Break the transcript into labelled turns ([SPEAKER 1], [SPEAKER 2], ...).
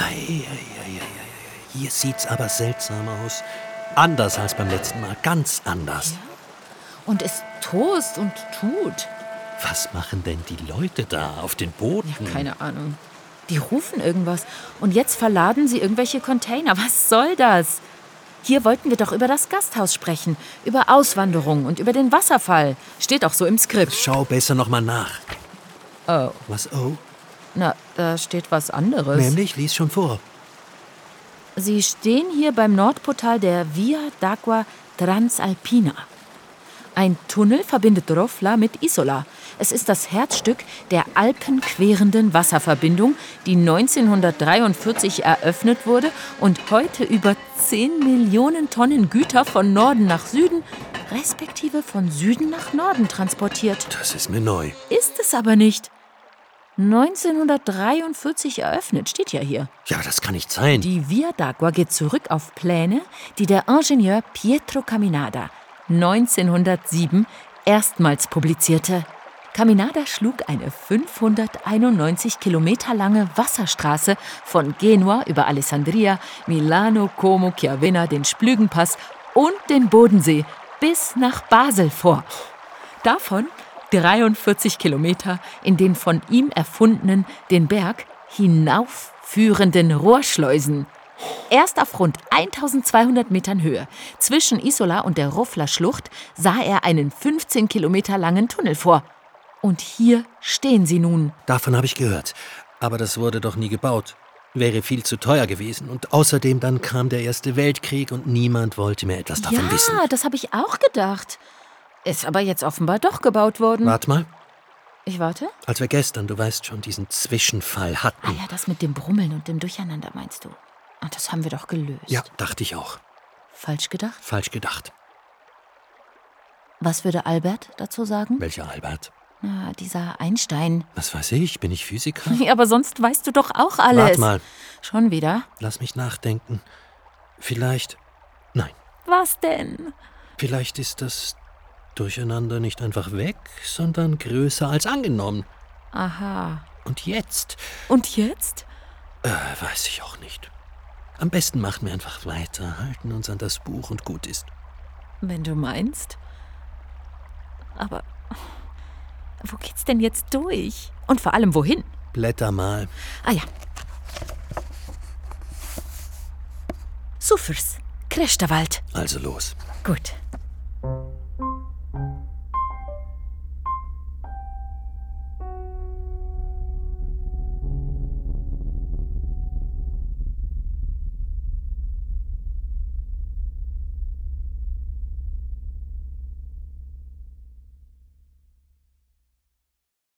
[SPEAKER 1] Eieieiei. Hier sieht's aber seltsam aus. Anders als beim letzten Mal. Ganz anders.
[SPEAKER 2] Und es tost und tut.
[SPEAKER 1] Was machen denn die Leute da auf den Booten?
[SPEAKER 2] Ja, keine Ahnung. Die rufen irgendwas. Und jetzt verladen sie irgendwelche Container. Was soll das? Hier wollten wir doch über das Gasthaus sprechen, über Auswanderung und über den Wasserfall. Steht auch so im Skript.
[SPEAKER 1] Schau besser nochmal nach.
[SPEAKER 2] Oh,
[SPEAKER 1] Was? Oh,
[SPEAKER 2] na, da steht was anderes.
[SPEAKER 1] nämlich, lies schon vor.
[SPEAKER 2] Sie stehen hier beim Nordportal der Via d'Acqua Transalpina. Ein Tunnel verbindet Rofla mit Isola. Es ist das Herzstück der alpenquerenden Wasserverbindung, die 1943 eröffnet wurde und heute über 10 Millionen Tonnen Güter von Norden nach Süden, respektive von Süden nach Norden transportiert
[SPEAKER 1] Das ist mir neu.
[SPEAKER 2] ist es aber nicht. 1943 eröffnet, steht ja hier.
[SPEAKER 1] Ja, das kann nicht sein.
[SPEAKER 2] Die Via d'Agua geht zurück auf Pläne, die der Ingenieur Pietro Caminada 1907 erstmals publizierte. Caminada schlug eine 591 Kilometer lange Wasserstraße von Genua über Alessandria, Milano, Como, Chiavenna, den Splügenpass und den Bodensee bis nach Basel vor. Davon 43 Kilometer in den von ihm erfundenen, den Berg hinaufführenden Rohrschleusen. Erst auf rund 1200 Metern Höhe zwischen Isola und der Ruffler Schlucht sah er einen 15 Kilometer langen Tunnel vor. Und hier stehen sie nun.
[SPEAKER 1] Davon habe ich gehört. Aber das wurde doch nie gebaut. Wäre viel zu teuer gewesen. Und außerdem dann kam der Erste Weltkrieg und niemand wollte mehr etwas davon
[SPEAKER 2] ja,
[SPEAKER 1] wissen.
[SPEAKER 2] das habe ich auch gedacht. Ist aber jetzt offenbar doch gebaut worden.
[SPEAKER 1] Warte mal,
[SPEAKER 2] Ich warte.
[SPEAKER 1] als wir gestern, du weißt schon, diesen Zwischenfall
[SPEAKER 2] Ah
[SPEAKER 1] hatten.
[SPEAKER 2] ja, das mit dem Brummeln und dem Durcheinander meinst du. Ach, das haben wir doch gelöst.
[SPEAKER 1] Ja, dachte ich auch.
[SPEAKER 2] Falsch gedacht.
[SPEAKER 1] Falsch gedacht.
[SPEAKER 2] Was würde Albert dazu sagen?
[SPEAKER 1] Welcher Albert?
[SPEAKER 2] Na, dieser Einstein.
[SPEAKER 1] Was weiß ich? Bin ich Physiker?
[SPEAKER 2] Aber sonst weißt du doch auch alles.
[SPEAKER 1] Warte mal,
[SPEAKER 2] Schon wieder?
[SPEAKER 1] lass mich nachdenken. Vielleicht. Nein,
[SPEAKER 2] Was denn?
[SPEAKER 1] vielleicht ist das Durcheinander nicht einfach weg, sondern größer als angenommen.
[SPEAKER 2] Aha.
[SPEAKER 1] Und jetzt?
[SPEAKER 2] Und jetzt?
[SPEAKER 1] Äh, weiß ich auch nicht. Am besten machen wir einfach weiter, halten uns an das Buch und gut ist.
[SPEAKER 2] Wenn du meinst. Aber wo geht's denn jetzt durch? Und vor allem wohin?
[SPEAKER 1] Blätter mal.
[SPEAKER 2] Ah ja. Sufers, Kresterwald.
[SPEAKER 1] Also los.
[SPEAKER 2] Gut.